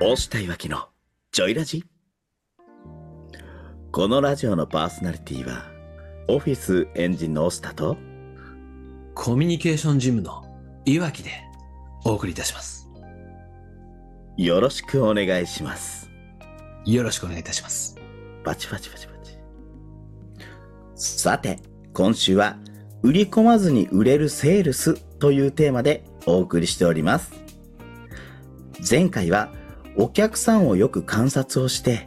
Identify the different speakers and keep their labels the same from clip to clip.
Speaker 1: 押したいわきのジョイラジこのラジオのパーソナリティはオフィスエンジンの押したと
Speaker 2: コミュニケーションジムのいわきでお送りいたします。
Speaker 1: よろしくお願いします
Speaker 2: よろしくお願いいたします。
Speaker 1: バチバチバチバチさて今週は売り込まずに売れるセールスというテーマでお送りしております前回はお客さんをよく観察をして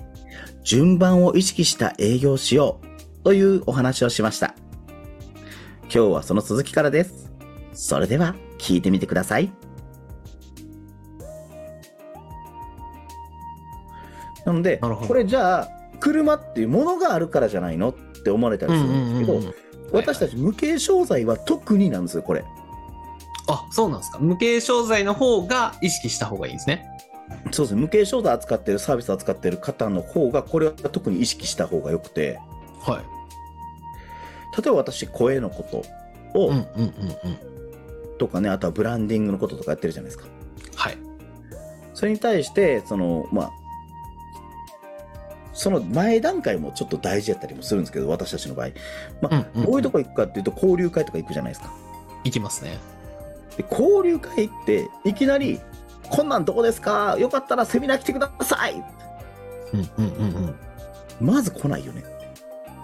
Speaker 1: 順番を意識した営業をしようというお話をしました今日はその続きからですそれでは聞いてみてくださいなので
Speaker 2: なるほど
Speaker 1: これじゃあ車っていうものがあるからじゃないのって思われたりするんですけど、私たち無形商材は特になんですよこれ
Speaker 2: あ、そうなんですか。無形商材の方が意識した方がいいんですね。
Speaker 1: そうですね無形商材扱ってるサービス扱ってる方の方がこれは特に意識した方がよくて
Speaker 2: はい。
Speaker 1: 例えば私声のことを、
Speaker 2: うんうんうんうん。
Speaker 1: とかねあとはブランディングのこととかやってるじゃないですか
Speaker 2: はい。
Speaker 1: それに対してそのまあその前段階もちょっと大事やったりもするんですけど私たちの場合
Speaker 2: うんんん
Speaker 1: どういうとこ行くかっていうと交流会とか行くじゃないですか
Speaker 2: 行きますね。
Speaker 1: で交流会っていきなり「こんなんどこですかよかったらセミナー来てください!
Speaker 2: うんうんうんうん。」
Speaker 1: まず来ないよね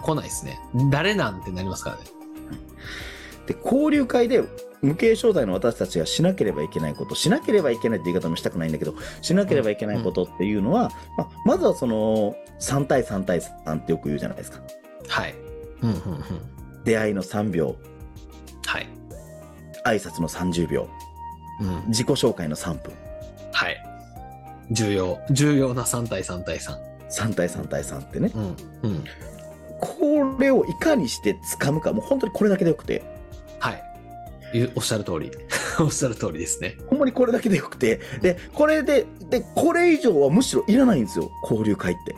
Speaker 2: 来ないですね。誰なんてなりますからね。
Speaker 1: で交流会で無形商材の私たちがしなければいけないことしなければいけないって言い方もしたくないんだけどしなければいけないことっていうのは、まあ、まずはその3対3対3ってよく言うじゃないですか
Speaker 2: はい。うんうんうん。
Speaker 1: 出会いの3秒
Speaker 2: はい。
Speaker 1: 挨拶の30秒
Speaker 2: うん。
Speaker 1: 自己紹介の3分
Speaker 2: はい。重要。重要な3対3対3。
Speaker 1: 3対3対3ってね
Speaker 2: うん。うん。
Speaker 1: これをいかにして掴むかもう本当にこれだけでよくて
Speaker 2: はい。ゆおっしゃる通り。 おっしゃる通りですね。
Speaker 1: ほんまにこれだけでよくてでこれででこれ以上はむしろいらないんですよ交流会って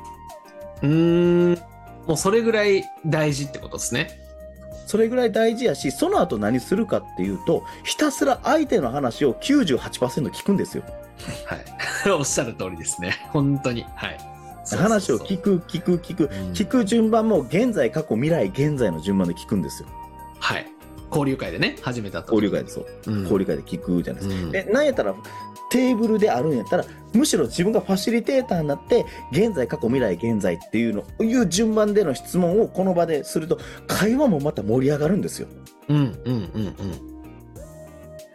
Speaker 2: うーん。もうそれぐらい大事ってことですね。
Speaker 1: それぐらい大事やしその後何するかっていうとひたすら相手の話を98%聞くんですよ
Speaker 2: はい。 おっしゃる通りですね。本当に。はい。
Speaker 1: 話を聞
Speaker 2: く。
Speaker 1: く聞く聞く
Speaker 2: うん
Speaker 1: 聞く順番も現在過去未来現在の順番で聞くんですよ
Speaker 2: はい。交流会でね、始めたと。
Speaker 1: 交流会でそう
Speaker 2: うん。
Speaker 1: 交流会で聞くじゃないですか、
Speaker 2: うん
Speaker 1: でなんやったらテーブルであるんやったらむしろ自分がファシリテーターになって現在過去未来現在っていうのいう順番での質問をこの場ですると会話もまた盛り上がるんですよ
Speaker 2: うんうんうんうん。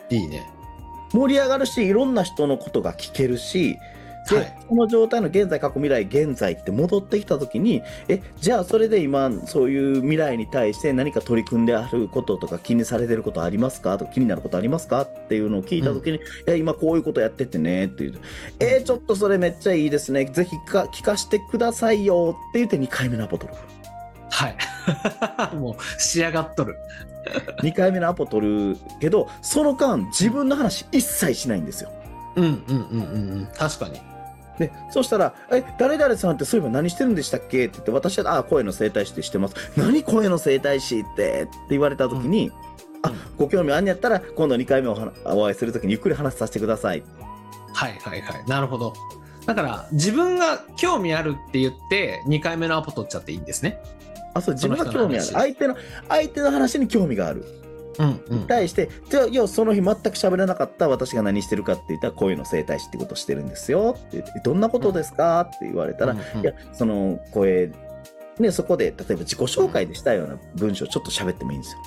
Speaker 2: いいね。
Speaker 1: 盛り上がるしいろんな人のことが聞けるしで、
Speaker 2: はい
Speaker 1: この状態の現在過去未来現在って戻ってきた時にえじゃあそれで今そういう未来に対して何か取り組んであることとか気にされてることありますかとか気になることありますかっていうのを聞いた時に、いや今こういうことやっててねっていうとえーちょっとそれめっちゃいいですねぜひか聞かせてくださいよって言って2回目のアポ取る
Speaker 2: はい。 もう仕上がっとる。
Speaker 1: 2回目のアポ取るけどその間自分の話一切しないんですよ
Speaker 2: うんうんうんうんうん。確かに。
Speaker 1: で、そうしたら、え、誰々さんってそういえば何してるんでしたっけって言って、私は、あ、声の整体師ってしてます。 何声の整体師ってって言われた時に、あ、ご興味あんねやったら、今度2回目おはお会いする時にゆっくり話させてください。
Speaker 2: はいはいはい。なるほど。だから、自分が興味あるって言って、2回目のアポ取っちゃっていいんですね。
Speaker 1: あ、そう、自分が
Speaker 2: その
Speaker 1: 興
Speaker 2: 人の
Speaker 1: 味ある。
Speaker 2: 話
Speaker 1: 相手の、相手の話に興味がある。
Speaker 2: うんうん。
Speaker 1: 対して、じゃあ、いや、その日全く喋らなかった私が何してるかって言ったら、声の整体師ってことしてるんですよって言って、どんなことですかって言われたら、
Speaker 2: うんう
Speaker 1: い
Speaker 2: ん
Speaker 1: や、その声、ね、そこで、例えば自己紹介でしたような文章ちょっと喋ってもいいんですよ。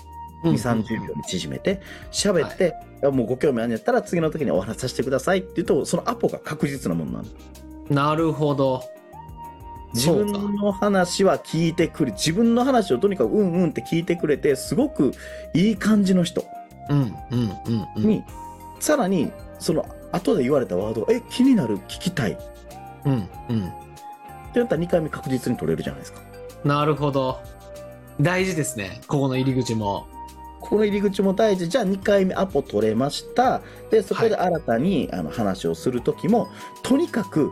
Speaker 2: うん
Speaker 1: 2、
Speaker 2: うん
Speaker 1: 30秒に縮めて、喋って、いやもうご興味あるんやったら次の時にお話しさせてくださいって言うと、そのアポが確実なものなの。
Speaker 2: なるほど。
Speaker 1: 自分
Speaker 2: そうか
Speaker 1: の話は聞いてくる。自分の話をとにかくうんうんって聞いてくれて、すごくいい感じの人
Speaker 2: うんうんうんうん。
Speaker 1: に、さらに、その後で言われたワードが、え、気になる、聞きたい。って
Speaker 2: うんうん。
Speaker 1: なったら2回目確実に取れるじゃないですか。
Speaker 2: なるほど。大事ですね。ここの入り口も。
Speaker 1: ここの入り口も大事じゃあ2回目アポ取れましたでそこで
Speaker 2: は
Speaker 1: 新たに、あの話をする時もとにかく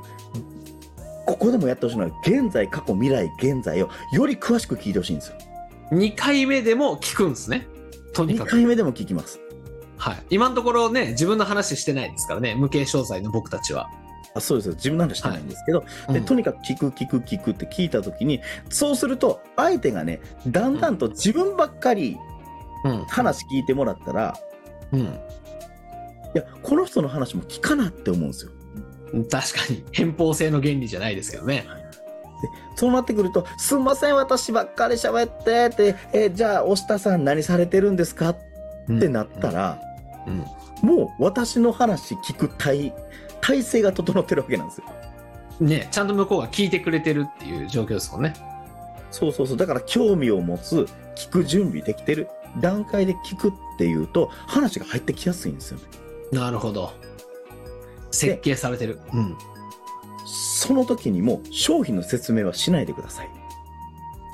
Speaker 1: ここでもやってほしいのは現在過去未来現在をより詳しく聞いてほしいんですよ
Speaker 2: 2回目でも聞くんですね。とに
Speaker 1: 2
Speaker 2: かく。
Speaker 1: 回目でも聞きます
Speaker 2: はい。今のところね、自分の話してないですからね。無形商材の僕たちは。
Speaker 1: あそうですよ自分なんかしてないんですけど、でとにかく聞く聞く聞くって聞いた時にそうすると相手がねだんだんと自分ばっかり
Speaker 2: うん
Speaker 1: 話聞いてもらったら、
Speaker 2: うん
Speaker 1: いやこの人の話も聞かなって思うんですよ。
Speaker 2: うん、確かに偏方性の原理じゃないですけどね
Speaker 1: そうなってくると「すんません私ばっかり喋って」って「えじゃあ押田さん何されてるんですか?」ってなったら、
Speaker 2: うん
Speaker 1: もう私の話聞く体体制が整ってるわけなんですよ。
Speaker 2: ねちゃんと向こうが聞いてくれてるっていう状況ですもんね
Speaker 1: そうそうそう。だから興味を持つ、聞く準備できてる段階で聞くっていうと、話が入ってきやすいんですよね。
Speaker 2: なるほど設計されてるうん
Speaker 1: その時にもう商品の説明はしないでください。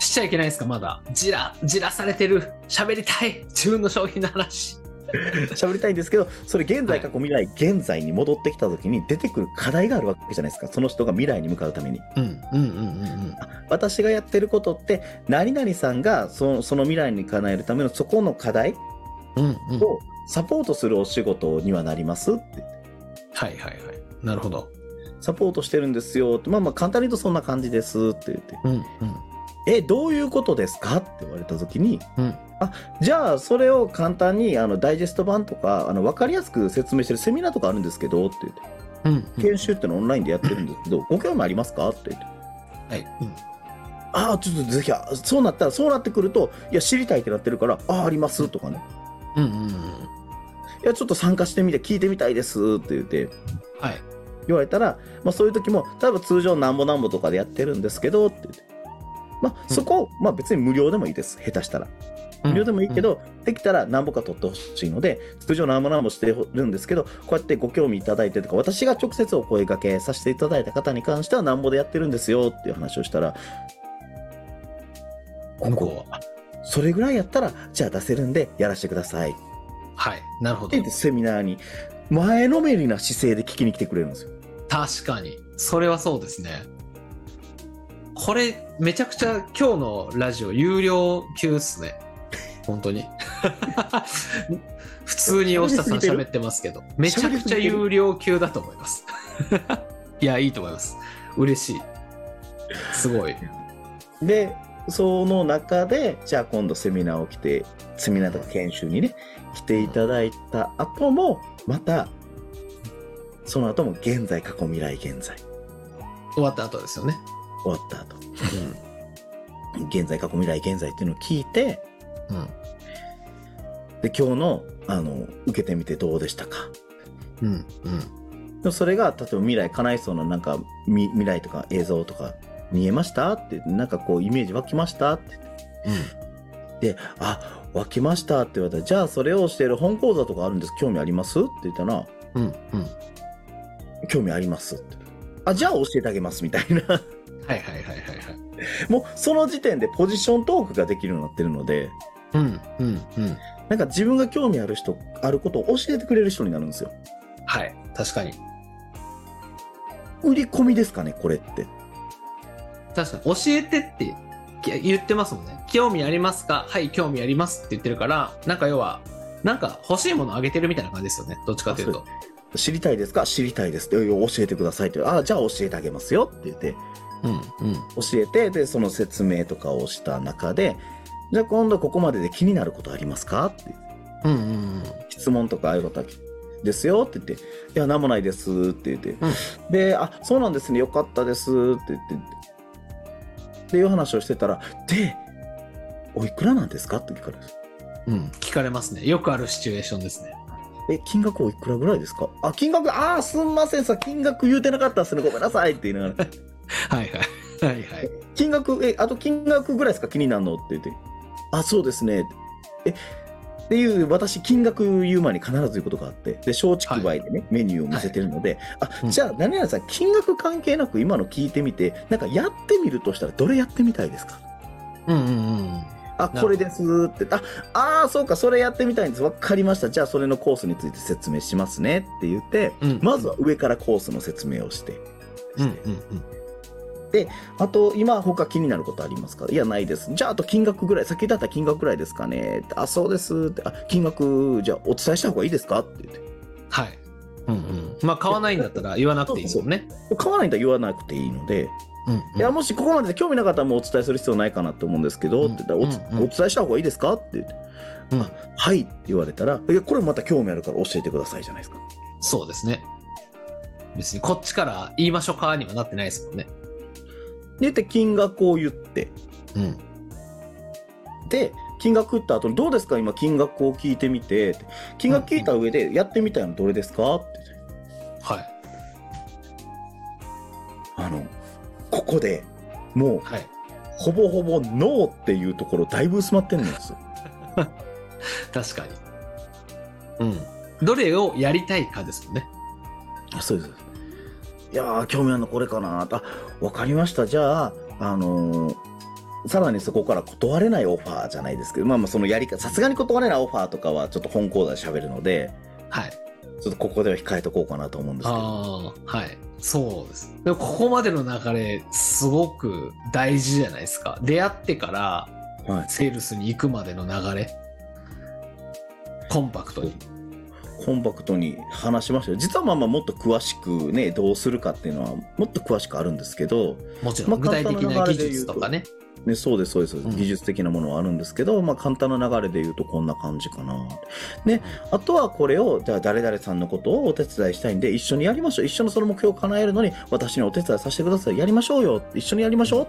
Speaker 2: しちゃいけないですかまだじらじらされてる喋りたい自分の商品の話
Speaker 1: 喋りたいんですけど、それ現在、過去、未来、現在に戻ってきた時に出てくる課題があるわけじゃないですか。その人が未来に向かうために。
Speaker 2: うんうんうんうん
Speaker 1: 私がやってることって、何々さんがそのその未来に叶えるためのそこの課題
Speaker 2: うんうんうん
Speaker 1: をサポートするお仕事にはなりますって。
Speaker 2: はいはいはいなるほど
Speaker 1: サポートしてるんですよって。まあまあ簡単に言うとそんな感じですって言って。
Speaker 2: うんうん
Speaker 1: え、どういうことですかって言われたときに、
Speaker 2: うん
Speaker 1: じゃあ、それを簡単に、あの、ダイジェスト版とか、あの、わかりやすく説明してるセミナーとかあるんですけど、って言って、
Speaker 2: うんうん
Speaker 1: 研修ってのオンラインでやってるんですけど、ご興味ありますかって言って、
Speaker 2: はいうん
Speaker 1: ああ、ちょっとぜひ、あそうなったら、そうなってくると、いや、知りたいってなってるから、ああ、ありますとかね、
Speaker 2: うんうんうん
Speaker 1: いや、ちょっと参加してみて、聞いてみたいですって言って、
Speaker 2: はい
Speaker 1: 言われたら、まあ、そういう時も例えば通常なんぼなんぼとかでやってるんですけどって言って、まあ、そこを、まあ、別に無料でもいいです下手したら無料でもいいけど、できたらなんぼか取ってほしいので通常なんぼなんぼしてるんですけどこうやってご興味いただいてとか私が直接お声掛けさせていただいた方に関してはなんぼでやってるんですよっていう話をしたら
Speaker 2: 向こうは
Speaker 1: それぐらいやったらじゃあ出せるんでやらせてくださいって
Speaker 2: はいなるほど
Speaker 1: 言ってセミナーに前のめりな姿勢で聞きに来てくれるんですよ。
Speaker 2: 確かにそれはそうですねこれめちゃくちゃ今日のラジオ有料級っすね本当に 普通に大下さん喋ってますけどめちゃくちゃ有料級だと思います いやいいと思います嬉しいすごい
Speaker 1: でその中でじゃあ今度セミナーを来てセミナーとか研修にね来ていただいた後もまたその後も現在過去未来現在
Speaker 2: 終わった後ですよね、
Speaker 1: 終わった後現在過去未来現在っていうのを聞いて
Speaker 2: うんうん
Speaker 1: で今日のあの受けてみてどうでしたか
Speaker 2: うんうん
Speaker 1: でもそれが例えば未来叶いそうななんかみ未来とか映像とか見えましたってなんかこうイメージ湧きましたってで、あ、湧きましたって言われたら、じゃあそれをしている本講座とかあるんです、興味ありますって言ったら、
Speaker 2: うんうんうん
Speaker 1: 興味ありますって。あ、じゃあ教えてあげますみたいな。
Speaker 2: はいはいはいはいはい
Speaker 1: もうその時点でポジショントークができるようになってるので、
Speaker 2: うんうんうん
Speaker 1: なんか自分が興味ある人、あることを教えてくれる人になるんですよ。
Speaker 2: はい確かに
Speaker 1: 売り込みですかね、これって。
Speaker 2: 確かに教えてってき言ってますもんね興味ありますかはい興味ありますって言ってるからなんか要はなんか欲しいものあげてるみたいな感じですよねどっちかという
Speaker 1: あ
Speaker 2: と
Speaker 1: 知りたいですか知りたいですって。いや教えてくださいって。あ、じゃあ教えてあげますよって言って、
Speaker 2: うんうん
Speaker 1: 教えて、で、その説明とかをした中で、じゃあ今度ここまでで気になることありますかって。
Speaker 2: うんうん
Speaker 1: 質問とかああいうことはですよって言って「いや何もないです」って言って、
Speaker 2: ん
Speaker 1: で「あそうなんですねよかったです」って言ってっていう話をしてたら「でおいくらなんですか?」って聞かれる
Speaker 2: うんうん聞かれますねよくあるシチュエーションですね
Speaker 1: え金額おいくらぐらいですかあ金額ああすんませんさ金額言うてなかったですねごめんなさいって言いながら
Speaker 2: はいはいはいはい
Speaker 1: 金額えあと金額ぐらいですか気になるのって言ってあそうですねえっていう私金額言う前に必ず言うことがあってで松竹梅でね、メニューを見せてるので、
Speaker 2: うん
Speaker 1: あじゃあ何々さん金額関係なく今の聞いてみてなんかやってみるとしたらどれやってみたいですか
Speaker 2: うんうんうん
Speaker 1: あ
Speaker 2: なるほど
Speaker 1: これですってああーそうかそれやってみたいんですわかりましたじゃあそれのコースについて説明しますねって言って
Speaker 2: うん
Speaker 1: まずは上からコースの説明をして
Speaker 2: うんうんうん
Speaker 1: あと、今、他気になることありますかいや、ないです。じゃあ、あと金額ぐらい、先だったら金額ぐらいですかねあ、そうです。あ、金額、じゃあ、お伝えした方がいいですかって言って。
Speaker 2: はいうんうん。まあ、買わないんだったら言わなくていいですもんね。
Speaker 1: 買わないと言わなくていいので、
Speaker 2: う
Speaker 1: い
Speaker 2: ん、
Speaker 1: やもしここまで興味なかったらもうお伝えする必要ないかなと思うんですけど、
Speaker 2: うん
Speaker 1: って言ったらお,、
Speaker 2: うんうん
Speaker 1: お伝えした方がいいですか?」って言って
Speaker 2: う
Speaker 1: 「
Speaker 2: ん
Speaker 1: はい」って言われたら「いやこれまた興味あるから教えてください」じゃないですか。
Speaker 2: そうですね。別にこっちから言いましょうかにはなってないですもんね。
Speaker 1: でで金額を言って
Speaker 2: うん。
Speaker 1: で金額打った後に「どうですか今金額を聞いてみて」って金額聞いた上で「やってみたいのどれですか?」って言って
Speaker 2: はい。
Speaker 1: あのここでもう
Speaker 2: はい。
Speaker 1: ほぼほぼ「ノー」っていうところだいぶ薄まってるんですよ。
Speaker 2: 確かに。うん。どれをやりたいかですもんね。
Speaker 1: あそうです。いやー、興味あるのこれかなと。あ、わかりました。じゃあ、あのーさらにそこから断れないオファーじゃないですけど、まあまあそのやり方、さすがに断れないオファーとかはちょっと本講座で喋るので、
Speaker 2: はい。
Speaker 1: ちょっとここでは控えとこうかなと思うんですけど。
Speaker 2: ああ、はい。そうです。でもここまでの流れ、すごく大事じゃないですか。出会ってから
Speaker 1: はい、
Speaker 2: セールスに行くまでの流れ。コンパクトに。
Speaker 1: コンパクトに話しましたよ実はまあまあもっと詳しくねどうするかっていうのはもっと詳しくあるんですけど、
Speaker 2: もちろん、具
Speaker 1: まあ
Speaker 2: 体的
Speaker 1: 簡単
Speaker 2: な
Speaker 1: な
Speaker 2: 技
Speaker 1: 流れで言
Speaker 2: 術
Speaker 1: うと
Speaker 2: とかね。
Speaker 1: ね、そうですそうです、
Speaker 2: うん
Speaker 1: 技術的なものはあるんですけど、まあ、簡単な流れで言うとこんな感じかなであとはこれをじゃあ誰々さんのことをお手伝いしたいんで一緒にやりましょう一緒のその目標を叶えるのに私にお手伝いさせてくださいやりましょうよ一緒にやりましょ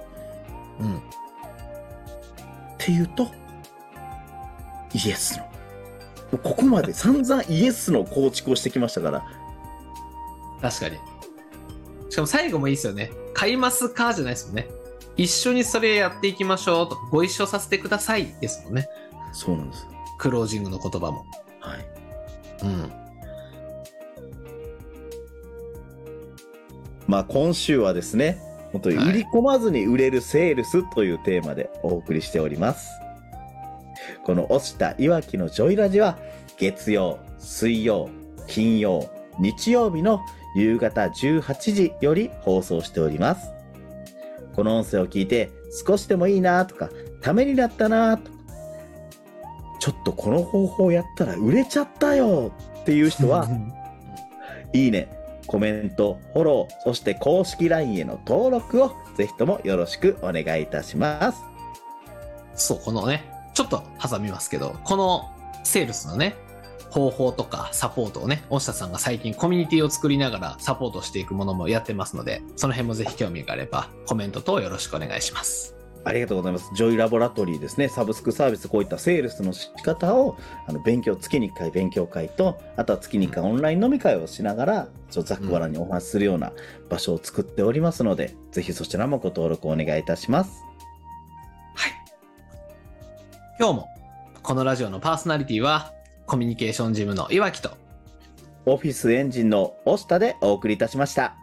Speaker 1: う
Speaker 2: うん。
Speaker 1: って言うとイエスのもうここまで散々イエスの構築をしてきましたから
Speaker 2: 確かに。しかも最後もいいですよね。買いますかじゃないですもんね。一緒にそれやっていきましょうと。ご一緒させてくださいですもんね。
Speaker 1: そうなんです
Speaker 2: クロージングの言葉も。
Speaker 1: はい
Speaker 2: うん。
Speaker 1: まあ今週はですね本当に
Speaker 2: はい
Speaker 1: 売り込まずに売れるセールスというテーマでお送りしておりますこの押したいわきのジョイラジは月曜水曜金曜日曜日の夕方18時より放送しておりますこの音声を聞いて少しでもいいなとかためになったなとかちょっとこの方法やったら売れちゃったよっていう人はいいね、コメント、フォロー、そして公式 LINE への登録をぜひともよろしくお願いいたします。
Speaker 2: そう、このね、ちょっと挟みますけど、このセールスのね、方法とかサポートをね、大下さんが最近コミュニティを作りながらサポートしていくものもやってますので、その辺もぜひ興味があればコメント等よろしくお願いします。
Speaker 1: ありがとうございます。ジョイラボラトリーですね。サブスクサービス、こういったセールスの仕方を、あの、勉強、月に1回勉強会と、あとは月に1回オンライン飲み会をしながら、ちょっとざっくばらんにお話しするような場所を作っておりますので、ぜひそちらもご登録お願いいたします。
Speaker 2: はい。今日もこのラジオのパーソナリティは、コミュニケーションジムの岩木と、
Speaker 1: オフィスエンジンのオスタでお送りいたしました。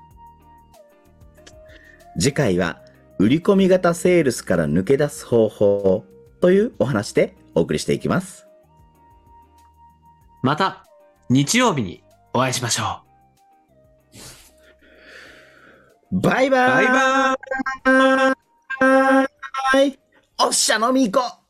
Speaker 1: 次回は、売り込み型セールスから抜け出す方法というお話でお送りしていきます。
Speaker 2: また日曜日にお会いしましょう。
Speaker 1: バイバイ
Speaker 2: バイバーイ
Speaker 1: イおっしゃ飲み行こう